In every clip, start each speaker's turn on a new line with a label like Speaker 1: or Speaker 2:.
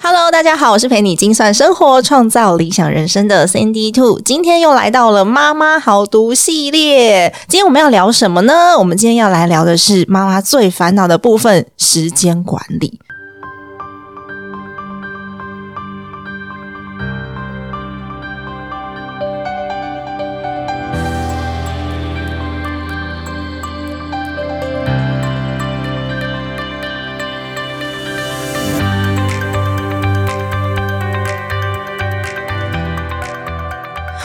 Speaker 1: Hello，大家好，我是陪你精算生活、创造理想人生的 Cindy Two，今天又来到了妈妈好读系列。今天我们要聊什么呢？我们今天要来聊的是妈妈最烦恼的部分——时间管理。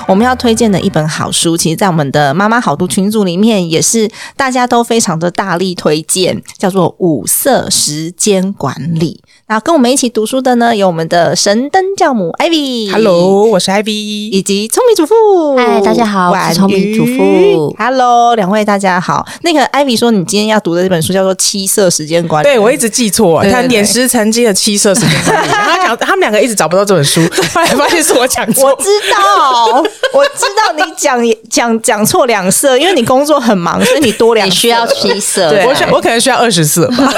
Speaker 1: 我们要推荐的一本好书，其实，在我们的妈妈好读群组里面，也是大家都非常的大力推荐，叫做《五色时间管理》。那跟我们一起读书的呢，有我们的神灯教母 Ivy。
Speaker 2: Hello，我是 Ivy。
Speaker 1: 以及聪明主妇，
Speaker 3: 嗨大家好我是聪明主妇
Speaker 1: h e l l o 两位大家好。那个艾比说，你今天要读的这本书叫做《七色时间管理》，
Speaker 2: 对，我一直记错，
Speaker 1: 对对
Speaker 2: 他
Speaker 1: 对
Speaker 2: 点石成金的七色时间 管理，然后他讲他们两个一直找不到这本书，后来发现是我讲
Speaker 1: 我
Speaker 2: 错。
Speaker 1: 知道，我知道你讲讲讲错两色，因为你工作很忙，所以你多两
Speaker 3: 你
Speaker 1: 色
Speaker 3: 需要七色，
Speaker 1: 对
Speaker 2: 我需我可能需要二 十色吧，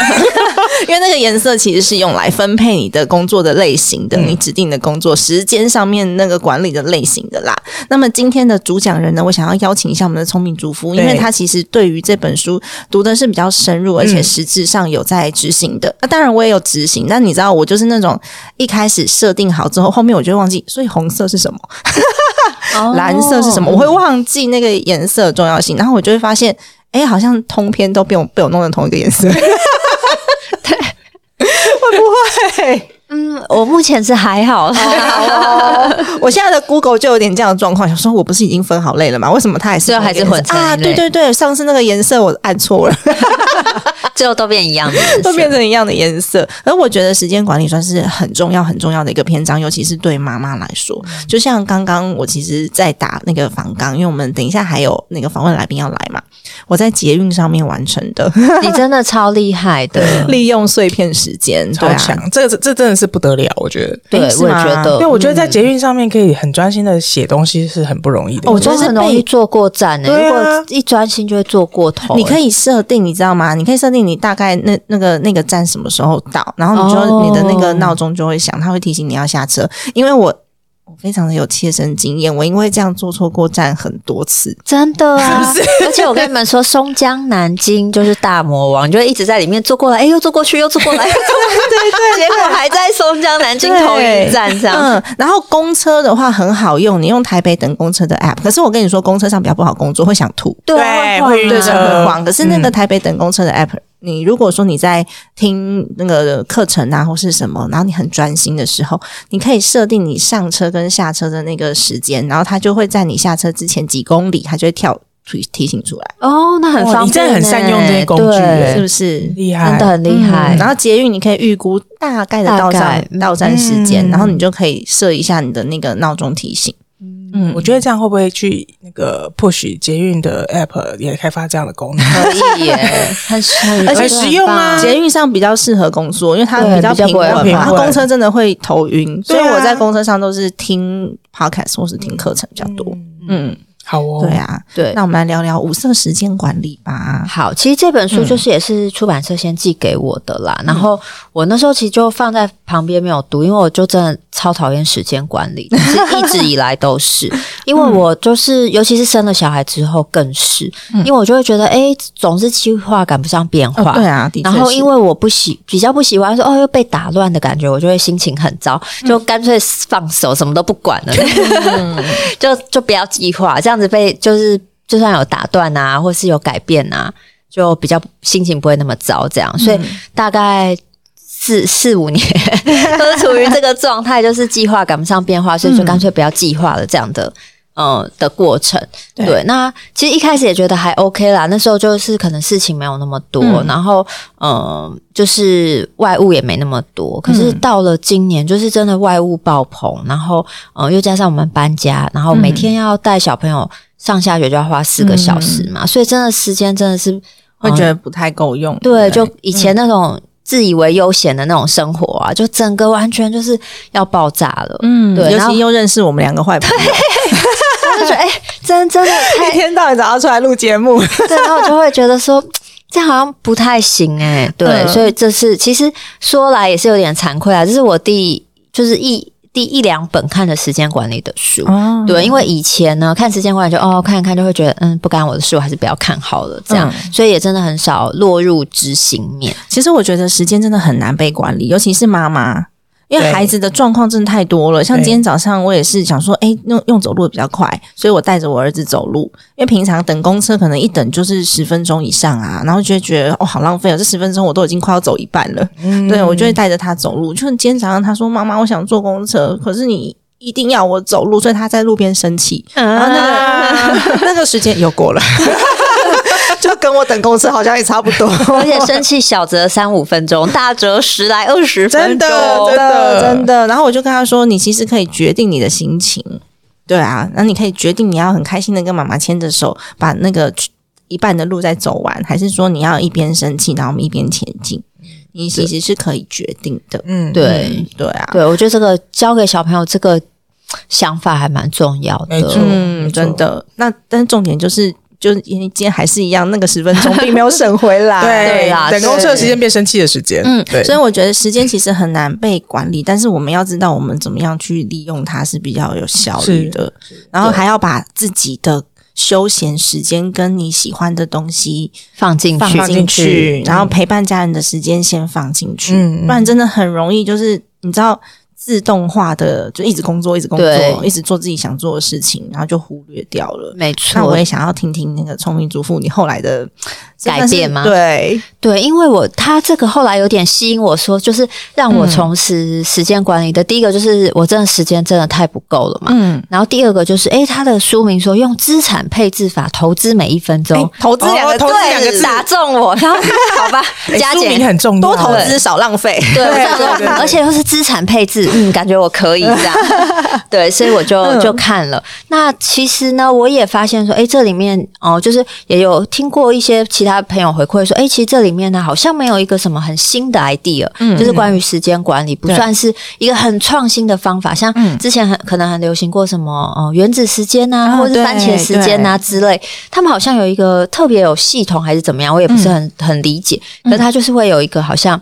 Speaker 1: 因为那个颜色其实是用来分配你的工作的类型的，你指定的工作时间上面那个管理的类型的啦。那么今天的主讲人呢，我想要邀请一下我们的聪明主妇，因为
Speaker 2: 对
Speaker 1: 他其实对于这本书读的是比较深入，而且实质上有在执行的。啊那、当然我也有执行，但你知道我就是那种一开始设定好之后，后面我就会忘记，所以红色是什么？
Speaker 3: 哦
Speaker 1: 蓝色是什么，我会忘记那个颜色的重要性，然后我就会发现，哎、好像通篇都被我被我弄成同一个颜色。会不
Speaker 3: 嗯，哦我目前是还好，
Speaker 1: 会？ 我现在的 Google 就有点这样的状况，想说我不是已经分好类了吗？为什么它还是
Speaker 3: 最后
Speaker 1: 同一个
Speaker 3: 还是混
Speaker 1: 颜色
Speaker 3: 成一
Speaker 1: 啊？
Speaker 3: 类
Speaker 1: 对对对，上次那个颜色我按错 了，
Speaker 3: 最后都变一样 的颜色，
Speaker 1: 都变成一样的颜色。而我觉得时间管理算是很重要、很重要的一个篇章，尤其是对妈妈来说。
Speaker 3: 嗯
Speaker 1: 就像刚刚我其实，在打那个访纲，因为我们等一下还有那个访问来宾要来嘛，我在捷运上面完成的，，
Speaker 3: 你真的超厉害的
Speaker 1: 利用碎片时间，对
Speaker 2: 超
Speaker 1: 啊，
Speaker 2: 强，这个这真的是不得了，我觉得。
Speaker 3: 对，
Speaker 1: 诶是
Speaker 3: 我也
Speaker 1: 吗
Speaker 3: 觉
Speaker 2: 对，
Speaker 3: 得。
Speaker 2: 我觉
Speaker 1: 嗯
Speaker 2: 得在捷运上面可以很专心的写东西是很不容易的。
Speaker 1: 哦
Speaker 3: 嗯我真的很容易坐过站诶、
Speaker 2: 对
Speaker 3: 如
Speaker 2: 啊
Speaker 3: 果一专心就会坐过头、欸
Speaker 1: 你可
Speaker 3: 以
Speaker 1: 以设定，你知道吗？你可以设定你大概那那个那个站什么时候到，然后你就、
Speaker 3: 哦
Speaker 1: 你的那个闹钟就会响，它会提醒你要下车。因为我我非常的有切身经验，我因为这样做错过站很多次。
Speaker 3: 真的啊！ 而且我跟你们说，松江南京就是大魔王，你就会一直在里面坐过来，哎、又坐过去，又坐过来，又坐过来， 对对结果还在松江南京头一站这样。
Speaker 1: 嗯，然后公车的话很好用，你用台北等公车的 app。可是我跟你说，公车上比较不好工作，会想吐。
Speaker 3: 对啊
Speaker 2: 对会
Speaker 3: 会晃
Speaker 1: 对
Speaker 2: 晕
Speaker 1: 对
Speaker 2: 车
Speaker 1: 会晃。可是那个
Speaker 2: 嗯
Speaker 1: 台北等公车的 app，、你如果说你在听那个课程啊或是什么，然后你很专心的时候，你可以设定你上车跟下车的那个时间，然后它就会在你下车之前几公里，它就会跳提提醒出来，
Speaker 3: 哦，那很
Speaker 2: 哇
Speaker 3: 方便、欸，
Speaker 2: 你真的很善用这些工具
Speaker 3: 对
Speaker 2: 欸
Speaker 1: 是不是？
Speaker 2: 厉害
Speaker 3: 真的，很厉害。
Speaker 1: 嗯然后捷运你可以预估大概的到
Speaker 3: 大
Speaker 1: 站
Speaker 3: 概嗯
Speaker 1: 到站时间，
Speaker 2: 嗯
Speaker 1: 然后你就可以设一下你的那个闹钟提醒。嗯，
Speaker 2: 我觉得这样会不会去那个 push 捷运的 app 也开发这样的功
Speaker 1: 嗯
Speaker 2: 能？
Speaker 3: 可以耶， 很实
Speaker 1: 而且
Speaker 2: 实用啊
Speaker 1: 捷运上比较适合工作，因为它
Speaker 3: 对
Speaker 1: 比较
Speaker 3: 比较
Speaker 1: 平
Speaker 3: 不会
Speaker 1: 稳
Speaker 2: 平
Speaker 1: 嘛。
Speaker 2: 稳
Speaker 1: 它公车真的会头晕，所以
Speaker 2: 对啊
Speaker 1: 我在公车上都是听 podcast 或是听课程比较多。嗯，
Speaker 2: 好哦，
Speaker 1: 对啊。
Speaker 3: 对
Speaker 1: 那。我们来聊聊五色时间管理吧。
Speaker 3: 好，其实这本书就是也是出版社先寄给我的啦，然后我那时候其实就放在旁边没有读，因为我就真的超讨厌时间管理，就是一直以来都是，因为我就是尤其是生了小孩之后更是，因为我就会觉得哎、诶总是计划赶不上变化，
Speaker 1: 对啊，的确
Speaker 3: 然
Speaker 1: 是。
Speaker 3: 后 因为我不喜比较不喜欢说哦又被打乱的感觉，我就会心情很糟，就干脆放手，什么都不管了，嗯 就就不要计划，这样子被就是就算有打断啊，或是有改变啊，就比较心情不会那么糟，这样，所
Speaker 1: 嗯
Speaker 3: 以大概。四四五年都是处于这个状态，就是计划赶不上变化，所
Speaker 1: 嗯
Speaker 3: 以就干脆不要计划了这样的嗯的过程。
Speaker 1: 对
Speaker 3: 对，那其实一开始也觉得还 OK 啦，那时候就是可能事情没有那么多，
Speaker 1: 嗯
Speaker 3: 然后嗯、呃就是外务也没那么多。可
Speaker 1: 嗯
Speaker 3: 是到了今年，就是真的外务爆棚，然后嗯、呃又加上我们搬家，然后每
Speaker 1: 嗯
Speaker 3: 天要带小朋友上下学就要花四个小时嘛，所以真的时间真的是
Speaker 1: 会觉得不太够用，
Speaker 3: 对，
Speaker 1: 不
Speaker 3: 就以前那种自以为悠闲的那种生活啊，就整个完全就是要爆炸了。
Speaker 1: 嗯，
Speaker 3: 对，
Speaker 1: 尤
Speaker 3: 然后
Speaker 1: 其又认识我们两个坏朋友，
Speaker 3: 我就觉得，哎、真真 的
Speaker 1: 一
Speaker 3: 太
Speaker 1: 天到晚找他出来录节目，
Speaker 3: 对，然后我就会觉得说。这样好像不太行哎、对，
Speaker 1: 嗯
Speaker 3: 所以这是其实说来也是有点惭愧啊，这是我第就是一第一两本看的时间管理的书，
Speaker 2: 嗯
Speaker 1: 哦，
Speaker 3: 对，因为以前呢看时间管理就哦看一看就会觉得嗯不干我的事，我还是不要看好了，这样，
Speaker 2: 嗯
Speaker 3: 所以也真的很少落入执行面。
Speaker 1: 其实我觉得时间真的很难被管理，尤其是妈妈。因为
Speaker 2: 对
Speaker 1: 孩子的状况真的太多了，像
Speaker 2: 对
Speaker 1: 今天早上我也是想说，哎，用用走路比较快，所以我带着我儿子走路。因为平常等公车可能一等就是十分钟以上啊，然后就会觉得哦好浪费哦，这十分钟我都已经快要走一半了。
Speaker 2: 嗯
Speaker 1: 对我就会带着他走路。就今天早上他说妈妈我想坐公车，可是你一定要我走路，所以他在路边生气。
Speaker 2: 啊
Speaker 1: 然后那个 那个时间又过了，就跟我等公车好像也差不多。
Speaker 3: 而且生气小则三五分钟，大则十来二十分
Speaker 2: 真 的
Speaker 3: 钟。
Speaker 1: 真的
Speaker 2: 真的
Speaker 1: 真的。然后我就跟他说，你其实可以决定你的心情，对啊，那你可以决定你要很开心的跟妈妈牵着手，把那个一半的路再走完，还是说你要一边生气，然后我们一边前进。你其实是可以决定的，
Speaker 2: 嗯，
Speaker 3: 对
Speaker 1: 对啊，
Speaker 3: 对，我觉得这个教给小朋友这个想法还蛮重要的。
Speaker 2: 没错
Speaker 1: 嗯，真的。那但是重点就是，就是今天还是一样，那个十分钟并没有省回来。
Speaker 3: 对啦
Speaker 2: 啊等公车的
Speaker 3: 对
Speaker 2: 时间变生气的时间，
Speaker 1: 嗯，
Speaker 2: 对
Speaker 1: 所以我觉得时间其实很难被管理，但是我们要知道我们怎么样去利用它是比较有效率的，然后还要把自己的休闲时间跟你喜欢的东西
Speaker 3: 放进
Speaker 1: 放
Speaker 3: 去，
Speaker 1: 进去，
Speaker 2: 进去
Speaker 1: 然后陪伴家人的时间先放进去，
Speaker 2: 嗯嗯
Speaker 1: 不然真的很容易就是你知道自动化的就一直工作，一直工
Speaker 3: 对
Speaker 1: 作，一直做自己想做的事情，然后就忽略掉了。
Speaker 3: 没
Speaker 1: 那我
Speaker 3: 错
Speaker 1: 也。想要听听那个聪明主妇你后来的真
Speaker 3: 改
Speaker 1: 的是
Speaker 3: 变吗
Speaker 1: 对，
Speaker 3: 对，因为我他这个后来有点吸引我说，就是让
Speaker 2: 嗯
Speaker 3: 我重拾时间管理的。第一个就是我真的时间真的太不够了嘛。
Speaker 1: 嗯，
Speaker 3: 然后第二个就是，诶，他的书名说用资产配置法投资每一分钟，
Speaker 1: 投资两个
Speaker 2: 哦投资
Speaker 3: 对
Speaker 2: 两个字
Speaker 3: 打中我。然后 好吧，
Speaker 2: 哎
Speaker 3: 加
Speaker 2: 书名
Speaker 3: 减
Speaker 2: 很重要，
Speaker 1: 多投
Speaker 2: 对
Speaker 1: 资少浪费。
Speaker 2: 对
Speaker 3: 对，我这样
Speaker 2: 对对
Speaker 3: 而且又是资产配置，嗯，感觉我可以这样，对，所以我就就看了。那其实呢，我也发现说，诶，这里面哦、就是也有听过一些其他朋友回馈说，诶，其实这里面呢，好像没有一个什么很新的 idea，、就是关于时间管理，不
Speaker 1: 对
Speaker 3: 算是一个很创新的方法。像之前很可能很流行过什么哦、原子时间呐、
Speaker 1: 哦
Speaker 3: 或者
Speaker 1: 对
Speaker 3: 是番茄时间呐、啊之类，他们好像有一个特别有系统还是怎么样，我也不是很、很理解。可是他就是会有一个好像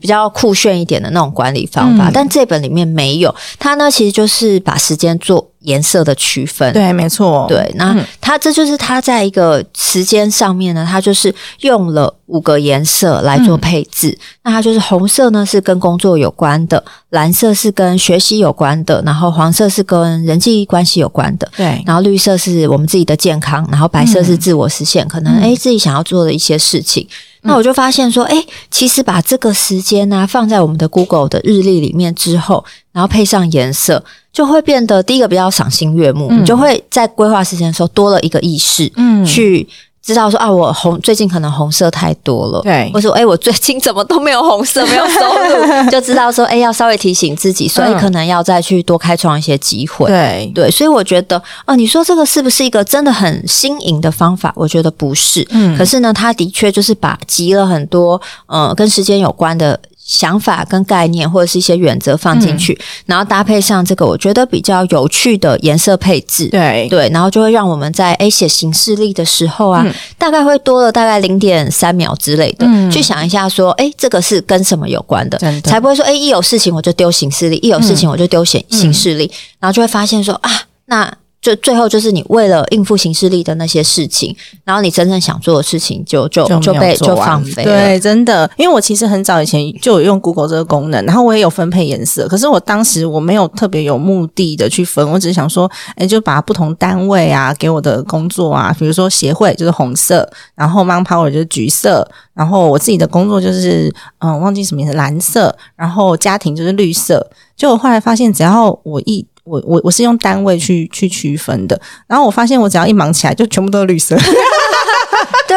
Speaker 3: 比较酷炫一点的那种管理方法，但这本里面没有。它呢，其实就是把时间做颜色的区分。
Speaker 1: 对，没错，
Speaker 3: 对，那它这就是它在一个时间上面呢，它就是用了五个颜色来做配置。那它就是红色呢是跟工作有关的，蓝色是跟学习有关的，然后黄色是跟人际关系有关的，
Speaker 1: 对，
Speaker 3: 然后绿色是我们自己的健康，然后白色
Speaker 1: 嗯
Speaker 3: 是自我实现，可能诶自己想要做的一些事情。
Speaker 1: 嗯
Speaker 3: 那我就发现说，诶，其实把这个时间呢、放在我们的 Google 的日历里面之后，然后配上颜色，就会变得第一个比较赏心悦目，你就会在规划时间的时候多了一个意识，
Speaker 1: 嗯
Speaker 3: 去知道说啊，我红最近可能红色太多了，
Speaker 1: 对
Speaker 3: 或者哎、诶我最近怎么都没有红色，没有收 入，就知道说哎、诶要稍微提醒自己，所以
Speaker 1: 嗯
Speaker 3: 可能要再去多开创一些机会。
Speaker 1: 对，
Speaker 3: 对，所以我觉得，哦，你说这个是不是一个真的很新颖的方法？我觉得不是，
Speaker 1: 嗯
Speaker 3: 可是呢，它的确就是把集了很多，呃，跟时间有关的想法、跟概念或者是一些原则放进去，然后搭配上这个，我觉得比较有趣的颜色配置。
Speaker 1: 对，
Speaker 3: 对，然后就会让我们在诶写行事历的时候啊，
Speaker 1: 嗯
Speaker 3: 大概会多了大概零点三秒之类的，去想一下说，诶这个是跟什么有关的，
Speaker 1: 真的嗯
Speaker 3: 才不会说，哎诶一有事情我就丢行事历，一有事情我就丢行行事历，然后就会发现说啊，那。就最后就是你为了应付行事历的那些事情，然后你真正想做的事情就就
Speaker 1: 就没有
Speaker 3: 被
Speaker 1: 做
Speaker 3: 就
Speaker 1: 完
Speaker 3: 放飞了。
Speaker 1: 对，真的，因为我其实很早以前就有用 Google 这个功能，然后我也有分配颜色，可是我当时我没有特别有目的的去分，我只是想说，哎，就把不同单位啊给我的工作啊，比如说协会就是红色，然后 Man Power 就是橘色，然后我自己的工作就是嗯忘记什么颜色蓝色，然后家庭就是绿色。就我后来发现，只要我一我我我是用单位去去区分的，然后我发现我只要一忙起来，就全部都是绿色。
Speaker 3: 对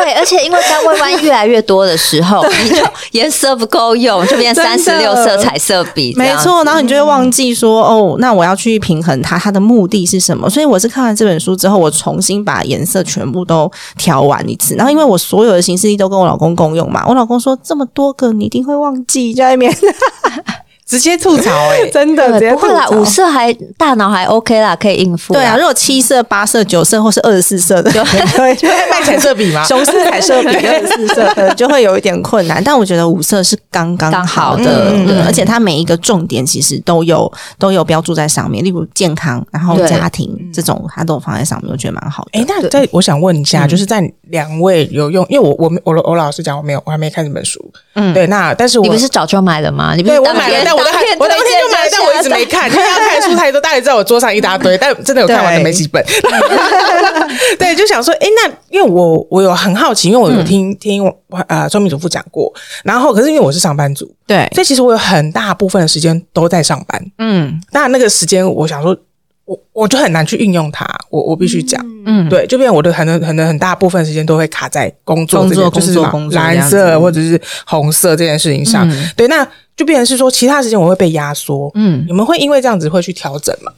Speaker 3: 对，而且因为单位湾越来越多的 时候，你就颜色不够用，就变三十
Speaker 1: 真
Speaker 3: 六
Speaker 1: 的
Speaker 3: 色彩色笔，
Speaker 1: 没。错，然后你就会
Speaker 3: 嗯
Speaker 1: 忘记说，哦，那我要去平衡它，它的目的是什么？所以我是看完这本书之后，我重新把颜色全部都调完一次。然后因为我所有的形式力都跟我老公共用嘛，我老公说这么多个你一定会忘记，就在那边
Speaker 2: 直接吐槽 哎、
Speaker 1: 真的直接
Speaker 3: 对，不
Speaker 1: 吐
Speaker 3: 会啦，
Speaker 1: 槽。
Speaker 3: 五色还大脑还 OK 啦，可以应付啦。
Speaker 1: 对啊，如果七色、八色、九色或是二十四色的，对，就会
Speaker 2: 卖彩色笔吗？
Speaker 1: 雄狮彩色比二十四色可能就会有一点困难，但我觉得五色是刚刚好的，
Speaker 3: 刚好嗯
Speaker 1: 对
Speaker 3: 嗯
Speaker 1: 而且它每一个重点其实都有都有标注在上面，例如健康，然后
Speaker 3: 对
Speaker 1: 家庭这种，它都放在上面，我觉得蛮好的。
Speaker 2: 哎、那在我想问一下，就是在两位有用，因为我我没我我老实讲，我没有，我还没看这本书。嗯，对，那但是我
Speaker 3: 你不是早就买了吗？你不
Speaker 2: 对
Speaker 3: 是
Speaker 2: 我
Speaker 3: 当
Speaker 2: 买了，
Speaker 3: 天
Speaker 2: 但我都还
Speaker 3: 当天
Speaker 2: 我当
Speaker 3: 推
Speaker 2: 天就买了，
Speaker 3: 荐
Speaker 2: 但我一直没看，因为要看书太多，大家也知道我桌上一大堆，但真的有看完的没几本。对，就想说，哎、那因为我我有很好奇，因为我有听、听我呃周明主妇讲过，然后可是因为我是上班族，
Speaker 1: 对，
Speaker 2: 所以其实我有很大部分的时间都在上班。
Speaker 1: 嗯
Speaker 2: 当然那个时间，我想说，我我就很难去运用它，我我必须讲。
Speaker 1: 嗯，
Speaker 2: 对，就变成我的很多很多很大部分时间都会卡在工作
Speaker 1: 工
Speaker 2: 这件
Speaker 1: 作
Speaker 2: 就
Speaker 1: 工
Speaker 2: 是
Speaker 1: 作
Speaker 2: 蓝
Speaker 1: 工作这
Speaker 2: 蓝
Speaker 1: 样子
Speaker 2: 色或者是红色这件事情上。
Speaker 1: 嗯
Speaker 2: 对，那就变成是说，其他时间我会被压缩。
Speaker 1: 嗯
Speaker 2: 你们会因为这样子会去调整吗？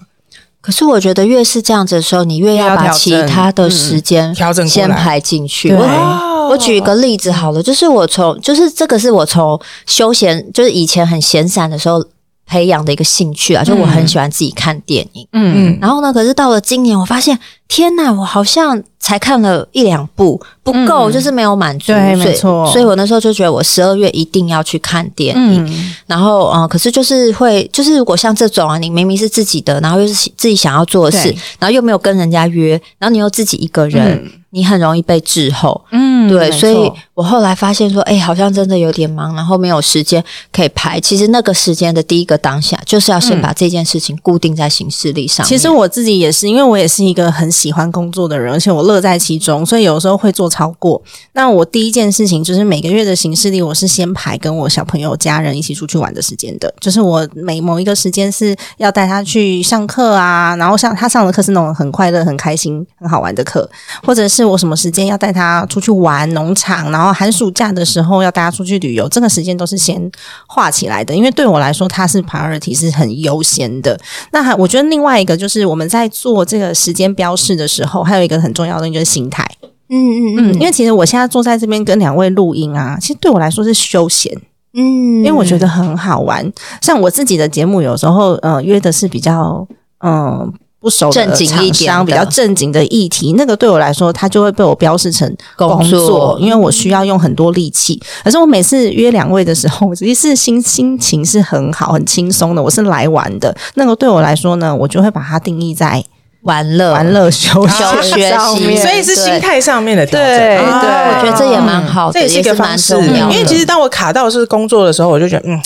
Speaker 3: 可是我觉得越是这样子的时候，你越要把其他的时间
Speaker 2: 调整过
Speaker 3: 先
Speaker 2: 来。
Speaker 3: 排进去。
Speaker 1: 对
Speaker 3: 我
Speaker 2: 哦
Speaker 3: 我举一个例子好了，就是我从就是这个是我从休闲，就是以前很闲散的时候培养的一个兴趣啊，就我很喜欢自己看电影。
Speaker 1: 嗯
Speaker 3: 然后呢，可是到了今年，我发现天呐，我好像才看了一两部，不
Speaker 1: 嗯
Speaker 3: 够，就是没有满足。
Speaker 1: 对没
Speaker 3: 所以
Speaker 1: 错
Speaker 3: 所以我那时候就觉得，我十二月一定要去看电影。
Speaker 1: 嗯，
Speaker 3: 然后，嗯、可是就是会，就是如果像这种啊，你明明是自己的，然后又是喜自己想要做的事
Speaker 1: 对，
Speaker 3: 然后又没有跟人家约，然后你又自己一个人，你很容易被滞后。
Speaker 1: 嗯
Speaker 3: 对，所以
Speaker 1: 没错
Speaker 3: 我后来发现说，哎、好像真的有点忙，然后没有时间可以排。其实那个时间的第一个当下，就是要先把这件事情固定在行事历上面。
Speaker 1: 嗯其实我自己也是，因为我也是一个很喜欢工作的人，而且我乐在其中，所以有时候会做超过。那我第一件事情就是每个月的行事历，我是先排跟我小朋友、家人一起出去玩的时间的，就是我每某一个时间是要带他去上课啊，然后上他上的课是那种很快乐、很开心、很好玩的课，或者是我什么时间要带他出去玩农场，然后寒暑假的时候要带他出去旅游，这个时间都是先画起来的，因为对我来说，它是 priority 是很优先的。那还我觉得另外一个就是我们在做这个时间标示的时候，还有一个很重要的就是心态。
Speaker 3: 嗯，嗯嗯
Speaker 1: 嗯，因为其实我现在坐在这边跟两位录音啊，其实对我来说是休闲，
Speaker 3: 嗯，
Speaker 1: 因为我觉得很好玩。像我自己的节目，有时候呃约的是比较嗯。呃不熟的
Speaker 3: 正经一
Speaker 1: 厂
Speaker 3: 点
Speaker 1: 商
Speaker 3: 的
Speaker 1: 比较正经的议题，那个对我来说，它就会被我标示成
Speaker 3: 工
Speaker 1: 工
Speaker 3: 作嗯
Speaker 1: 作，因为我需要用很多力气。可是我每次约两位的时候，我 其实是心心情是很好、很轻松的，我是来玩的。那个对我来说呢，我就会把它定义在
Speaker 3: 玩乐
Speaker 1: 玩乐休
Speaker 3: 呃啊休
Speaker 1: 闲
Speaker 3: 学
Speaker 1: 上
Speaker 3: 习
Speaker 1: 面。
Speaker 2: 所以是心态上面的调整。
Speaker 1: 对
Speaker 2: 啊
Speaker 1: 对
Speaker 3: 我觉得这哦也蛮好的，
Speaker 2: 这也是一个
Speaker 3: 蛮
Speaker 2: 方式，嗯
Speaker 3: 重要的。
Speaker 2: 因为其 实当我卡到是工作的时候，我就觉得嗯，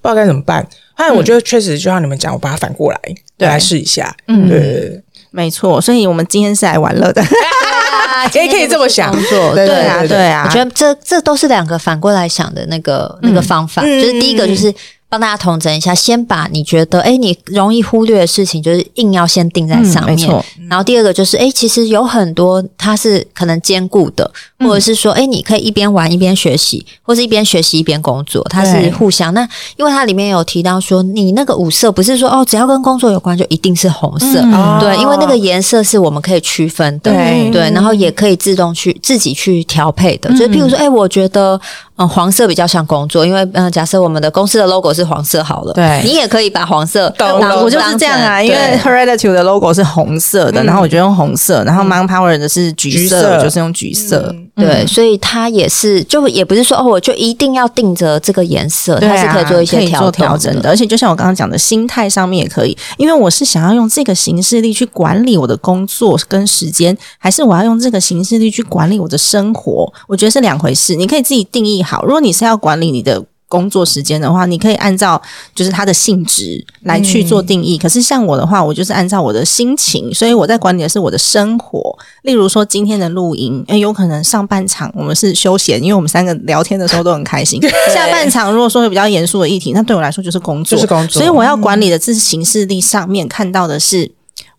Speaker 2: 不知道该怎么办。后来
Speaker 3: 嗯
Speaker 2: 我觉得确实就像你们讲，我把它反过来，我来试一下。
Speaker 1: 嗯
Speaker 2: 对对，对
Speaker 1: 没错，所以我们今天是来玩乐的。
Speaker 3: 啊
Speaker 2: 也可以这么想
Speaker 3: 工作
Speaker 2: 对
Speaker 3: 对
Speaker 2: 对
Speaker 1: 啊，对啊，
Speaker 3: 我觉得这这都是两个反过来想的那个、那个方法，
Speaker 2: 嗯
Speaker 3: 就是第一个就是帮大家统整一下，先把你觉得哎、诶你容易忽略的事情，就是硬要先定在上
Speaker 1: 嗯没
Speaker 3: 面。
Speaker 1: 错
Speaker 3: 然后第二个就是哎、诶其实有很多它是可能兼顾的，
Speaker 2: 嗯
Speaker 3: 或者是说哎、诶你可以一边玩一边学习，或是一边学习一边工作，它
Speaker 1: 对
Speaker 3: 是互相。那因为它里面有提到说，你那个五色不是说哦，只要跟工作有关就一定是红色，
Speaker 2: 嗯
Speaker 3: 对
Speaker 2: 哦，
Speaker 3: 因为那个颜色是我们可以区分的。
Speaker 1: 对嗯
Speaker 3: 对，然后也可以自动去自己去调配的。就是譬如说，哎、我觉得嗯、呃黄色比较像工作，因为嗯、呃假设我们的公司的 logo 是黄色好了，
Speaker 1: 对
Speaker 3: 你也可以把黄色当
Speaker 1: 我就是这样啊，
Speaker 3: 当成
Speaker 1: 因为
Speaker 3: 对
Speaker 1: Hereditary 的 logo 是红色的，然后我就用红色，然后 Man Power 的是橘
Speaker 2: 橘
Speaker 1: 色，
Speaker 2: 色
Speaker 1: 我就是用橘色。
Speaker 3: 对，所以它也是，就也不是说哦，我就一定要定着这个颜色，
Speaker 1: 对
Speaker 3: 它
Speaker 1: 啊，
Speaker 3: 是可以做一
Speaker 1: 可
Speaker 3: 些
Speaker 1: 以做
Speaker 3: 调
Speaker 1: 调
Speaker 3: 整
Speaker 1: 整的，。而且就像我刚刚讲的，心态上面也可以，因为我是想要用这个形式力去管理我的工作跟时间，还是我要用这个形式力去管理我的生活？我觉得是两回事，你可以自己定义好。如果你是要管理你的。工作时间的话，你可以按照就是它的性质来去做定义。可是像我的话，我就是按照我的心情，所以我在管理的是我的生活。例如说今天的录音，诶，有可能上半场我们是休闲，因为我们三个聊天的时候都很开心。下半场如果说有比较严肃的议题，那对我来说就是工作，
Speaker 2: 就是工作
Speaker 1: 所以我要管理的这是形式力上面看到的是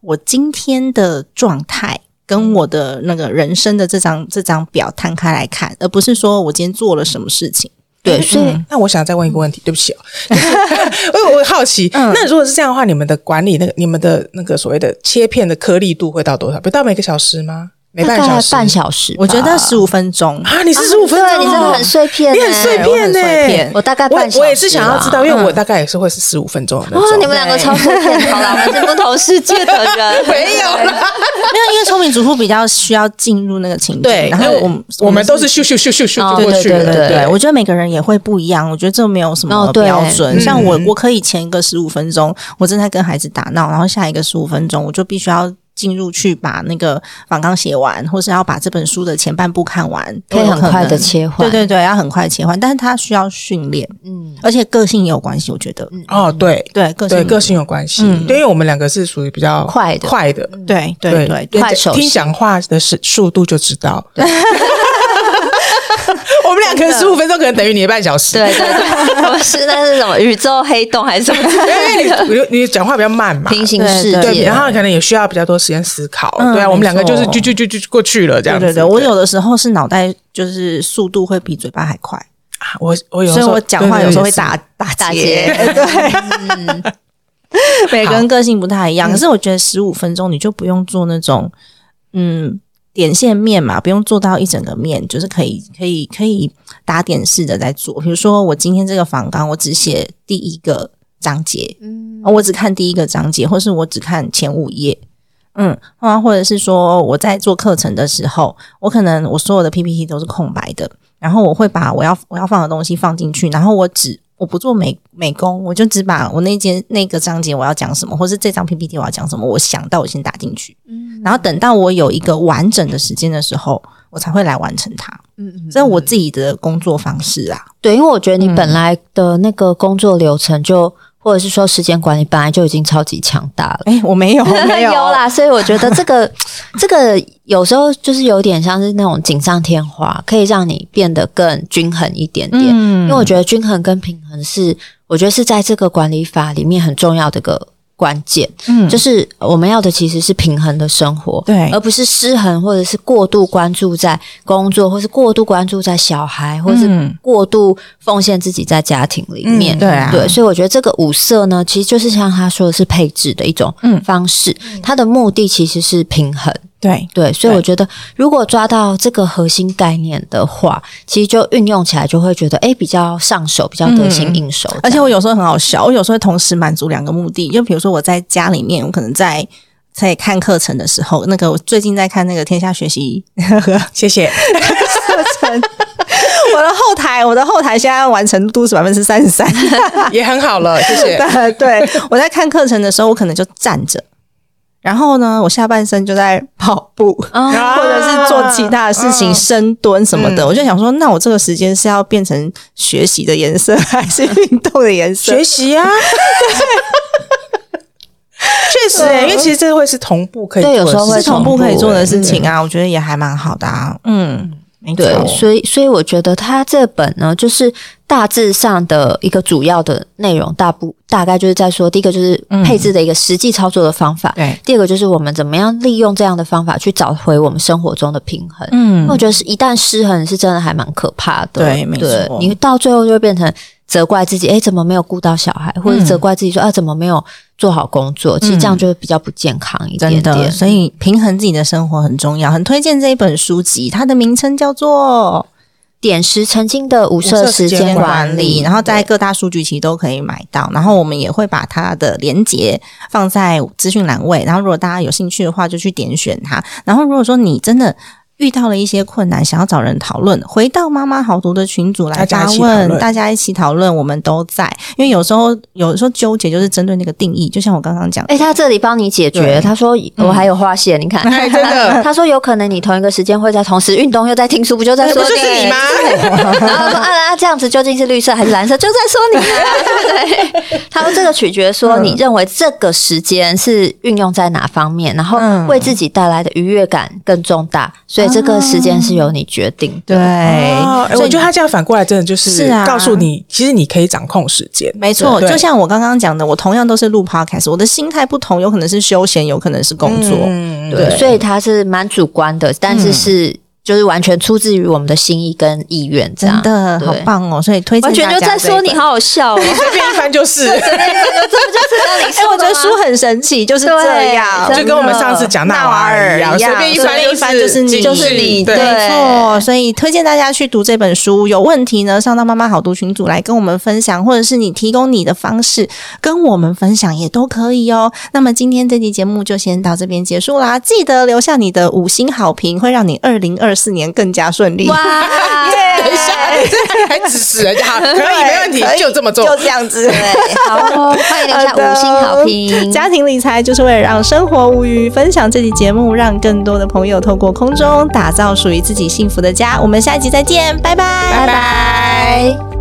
Speaker 1: 我今天的状态。跟我的那个人生的这张这张表摊开来看，而不是说我今天做了什么事情。嗯
Speaker 3: 对，所以
Speaker 2: 那我想再问一个问题，对不起哦，因 为我好奇，
Speaker 3: 嗯
Speaker 2: 那如果是这样的话，你们的管理那个你们的那个所谓的切片的颗粒度会到多少？不到每个小时吗？每半
Speaker 3: 大概
Speaker 2: 小时？
Speaker 3: 半小时吧，
Speaker 1: 我觉
Speaker 2: 呃
Speaker 1: 得十五分钟，
Speaker 2: 啊？你四十五分钟哦、
Speaker 3: 对你真的很碎片欸
Speaker 2: 你很碎
Speaker 1: 我很
Speaker 2: 片呢、欸
Speaker 1: 碎片欸
Speaker 3: 我大概
Speaker 2: 我
Speaker 3: 半小时啊
Speaker 2: 我也是想要知道，因为我
Speaker 3: 的
Speaker 2: 大概也是会是十五分钟的那
Speaker 3: 哇
Speaker 2: 种。，
Speaker 3: 哦你们两个超碎片， 好啦，我们是不同世界的 人，
Speaker 2: 没有啦，
Speaker 1: 没有，因为聪明主妇比较需要进入那个情境，
Speaker 2: 对，
Speaker 1: 然后
Speaker 2: 因为
Speaker 1: 我们
Speaker 2: 我们都是咻咻咻咻咻
Speaker 3: 哦
Speaker 2: 就过去了，
Speaker 3: 对对
Speaker 1: 对
Speaker 3: 对
Speaker 1: 我觉得每个人也会不一样，我觉得这没有什么
Speaker 3: 哦对
Speaker 1: 标准。
Speaker 2: 嗯
Speaker 1: 像我，我可以前一个十五分钟我正在跟孩子打闹，然后下一个十五分钟我就必须要。进入去把那个访纲写完，或是要把这本书的前半部看完，
Speaker 3: 可
Speaker 1: 都
Speaker 3: 以
Speaker 1: 有
Speaker 3: 很快
Speaker 1: 能
Speaker 3: 的切换，
Speaker 1: 对对对，要很快切换，但是他需要训练，
Speaker 3: 嗯，
Speaker 1: 而且个性也有关系，我觉得。
Speaker 2: 哦，对
Speaker 1: 对，个性
Speaker 2: 对，个性有关系，
Speaker 1: 嗯
Speaker 2: 对，因为我们两个是属于比较
Speaker 3: 快的
Speaker 2: 快的，
Speaker 1: 对对对对，
Speaker 3: 快手
Speaker 2: 听
Speaker 3: 型
Speaker 2: 讲话的速速度就知道。 我们俩可能十五分钟，可能等于你一半小时。
Speaker 3: 对对对，我们是那是什么宇宙黑洞还是什么？
Speaker 2: 因为你你讲话比较慢嘛，
Speaker 3: 平行世
Speaker 1: 对
Speaker 2: 对，
Speaker 3: 界
Speaker 2: 然，后可能也需要比较多时间思考。
Speaker 1: 嗯
Speaker 2: 对啊，我们两个
Speaker 1: 没错
Speaker 2: 就是就就就就过去了这样
Speaker 1: 对
Speaker 2: 子。
Speaker 1: 对对，我有的时候是脑袋就是速度会比嘴巴还快，
Speaker 2: 啊我我有时
Speaker 1: 所
Speaker 2: 候，
Speaker 1: 以我讲话有时候会
Speaker 2: 对。对对嗯
Speaker 1: 打打
Speaker 3: 打
Speaker 1: 结
Speaker 3: 结，
Speaker 1: 对，每个人个性不太一样。可是我觉得十五分钟你就不用做那种嗯点线面嘛，不用做到一整个面，就是可以可以可以打点式的在做。比如说我今天这个访纲，我只写第一个章节，哦
Speaker 3: 嗯
Speaker 1: 我只看第一个章节，或是我只看前五页。嗯，啊，或者是说我在做课程的时候，我可能我所有的 PPT 都是空白的，然后我会把我要我要放的东西放进去，然后我只我不做美美工，我就只把我那间那个章节我要讲什么，或是这张 PPT 我要讲什么，我想到我先打进去，
Speaker 3: 嗯
Speaker 1: 然后等到我有一个完整的时间的时候，我才会来完成它。
Speaker 3: 嗯
Speaker 1: 这是我自己的工作方式啊。
Speaker 3: 对，因为我觉得你本来的那个工作流程就，或者是说时间管理本来就已经超级强大 了。
Speaker 1: 哎、我没有，我没
Speaker 3: 嗯啦，所以我觉得这个 这个有时候就是有点像是那种锦上添花，可以让你变得更均衡一点点。
Speaker 1: 嗯
Speaker 3: 因为我觉得均衡跟平衡是，我觉得是在这个管理法里面很重要的一个关键。
Speaker 1: 嗯
Speaker 3: 就是呃我们要的其实是平衡的生活，
Speaker 1: 对
Speaker 3: 而不是失衡或者是过度关注在工作，或是过度关注在小孩，或是
Speaker 1: 嗯
Speaker 3: 过度奉献自己在家庭里面。
Speaker 2: 嗯
Speaker 1: 对啊
Speaker 3: 对，所以我觉得这个五色呢，其实就是像他说的是配置的一种
Speaker 1: 嗯
Speaker 3: 方式，它的目的其实是平衡。
Speaker 1: 对，
Speaker 3: 对，所以
Speaker 1: 对
Speaker 3: 我觉得，如果抓到这个核心概念的话，其实就运用起来就会觉得，哎，比较上手，比较得心应手。
Speaker 1: 嗯而且我有时候很好笑，我有时候会同时满足两个目的，就比如说我在家里面，我可能在。在看课程的时候，那个我最近在看那个《天下学习》
Speaker 2: 谢谢。
Speaker 1: 我的后台，我的后台现在完成度是百分之三十 三。
Speaker 2: 也很好了，谢谢。
Speaker 1: 对，对我在看课程的时候，我可能就站着，然后呢，我下半身就在跑步，
Speaker 3: 啊，
Speaker 1: 或者是做其他的事情，
Speaker 2: 哦嗯
Speaker 1: 深蹲什么的。
Speaker 2: 嗯
Speaker 1: 我就想说，那我这个时间是要变成学习的颜色，还是运动的颜色？
Speaker 2: 学习啊。确实、欸，因为其实这会是同步可以做
Speaker 3: 对
Speaker 2: 的事
Speaker 3: 有
Speaker 2: 情，
Speaker 3: 时候会
Speaker 1: 是同步可以做的事情
Speaker 2: 啊。
Speaker 1: 啊，我觉得也还蛮好的啊。嗯，没错，
Speaker 3: 对，所以所以我觉得他这本呢，就是大致上的一个主要的内容，大部大概就是在说，第一个就是配置的一个实际操作的方法，
Speaker 1: 对，
Speaker 3: 第二个就是我们怎么样利用这样的方法去找回我们生活中的平衡。
Speaker 1: 嗯
Speaker 3: 因为我觉得是一旦失衡，是真的还蛮可怕的。
Speaker 1: 对没错
Speaker 3: 你到最后就会变成责怪自己，诶，怎么没有顾到小孩，或者责怪自己说、啊，怎么没有做好工作？其实这样就会比较不健康一点
Speaker 1: 真
Speaker 3: 点。
Speaker 1: 的，所以平衡自己的生活很重要，很推荐这一本书籍，它的名称叫做
Speaker 3: 点石成金的无
Speaker 2: 无
Speaker 3: 色
Speaker 2: 色时
Speaker 3: 时
Speaker 2: 间
Speaker 3: 间
Speaker 2: 管
Speaker 3: 管
Speaker 1: 理
Speaker 3: 理，
Speaker 1: 然后在各大书局其实都可以买到，然后我们也会把它的连接放在资讯栏位，然后如果大家有兴趣的话，就去点选它。然后如果说你真的遇到了一些困难，想要找人讨论，回到妈妈好读的群组来
Speaker 2: 大
Speaker 1: 发
Speaker 2: 家一起讨
Speaker 1: 问，
Speaker 2: 论
Speaker 1: 大家一起讨论，我们都在。因为有时候有时候纠结就是针对那个定义，就像我刚刚讲的，
Speaker 3: 哎、他这里帮你解
Speaker 1: 对
Speaker 3: 决。他说我还有花谢，你 看，
Speaker 2: 哎真的
Speaker 3: 他说有可能你同一个时间会在同时运动又在听书，哎不就在
Speaker 2: 那不
Speaker 3: 说
Speaker 2: 就是你吗？？
Speaker 3: 然后他说啊啊，这样子究竟是绿色还是蓝色，就在说你啊， 对不对？他说这个取决说
Speaker 1: 嗯
Speaker 3: 你认为这个时间是运用在哪方面，然后
Speaker 1: 嗯
Speaker 3: 为自己带来的愉悦感更重大，所所以这个时间是由你决定的。
Speaker 1: 对，
Speaker 2: 哦哎
Speaker 1: 所
Speaker 2: 我
Speaker 1: 以
Speaker 2: 觉得他这样反过来真的就是
Speaker 1: 啊
Speaker 2: 告诉你，其实你可以掌控时间。
Speaker 1: 没错，
Speaker 2: 对
Speaker 1: 就像我刚刚讲的，我同样都是录 podcast，我的心态不同，有可能是休闲，有可能是工作。
Speaker 2: 嗯
Speaker 3: 对，
Speaker 1: 对嗯
Speaker 3: 所以它是蛮主观的，但是是、就是完全出自于我们的心意跟意愿，这
Speaker 1: 真
Speaker 3: 样
Speaker 1: 的
Speaker 3: 对
Speaker 1: 好棒哦！所以推荐
Speaker 3: 完全就在说你
Speaker 1: 好。
Speaker 3: 好 好笑哦，
Speaker 2: 随便一翻就是，
Speaker 3: 这
Speaker 1: 哎、我觉得书很神奇，就是这
Speaker 3: 对
Speaker 1: 样，
Speaker 3: 真
Speaker 2: 就跟我们上次讲纳瓦尔一样，
Speaker 1: 纳瓦尔
Speaker 2: 啊随便
Speaker 1: 一
Speaker 2: 一
Speaker 1: 样随便一
Speaker 2: 翻
Speaker 1: 翻啊就是你
Speaker 2: 进
Speaker 1: 就是
Speaker 2: 去
Speaker 1: 你
Speaker 2: 对
Speaker 3: 对
Speaker 1: 没错，所以推荐大家去读这本书。有问题呢，上到妈妈好读群组来跟我们分享，或者是你提供你的方式跟我们分享也都可以哦。那么今天这期节目就先到这边结束啦，记得留下你的五星好评，会让你二零二四年更加顺利。
Speaker 3: 哇，
Speaker 2: 等 一下，你这 还指使人家，好可以没问题
Speaker 1: 可，以
Speaker 2: 就这么做
Speaker 1: 就。这样 子。
Speaker 3: 对，好哦，欢迎留下五星好评，
Speaker 1: 家庭理财就是为了让生活无虞。分享这期节目，让更多的朋友透过空中打造属于自己幸福的家。我们下一集再见，拜拜，
Speaker 3: 拜拜。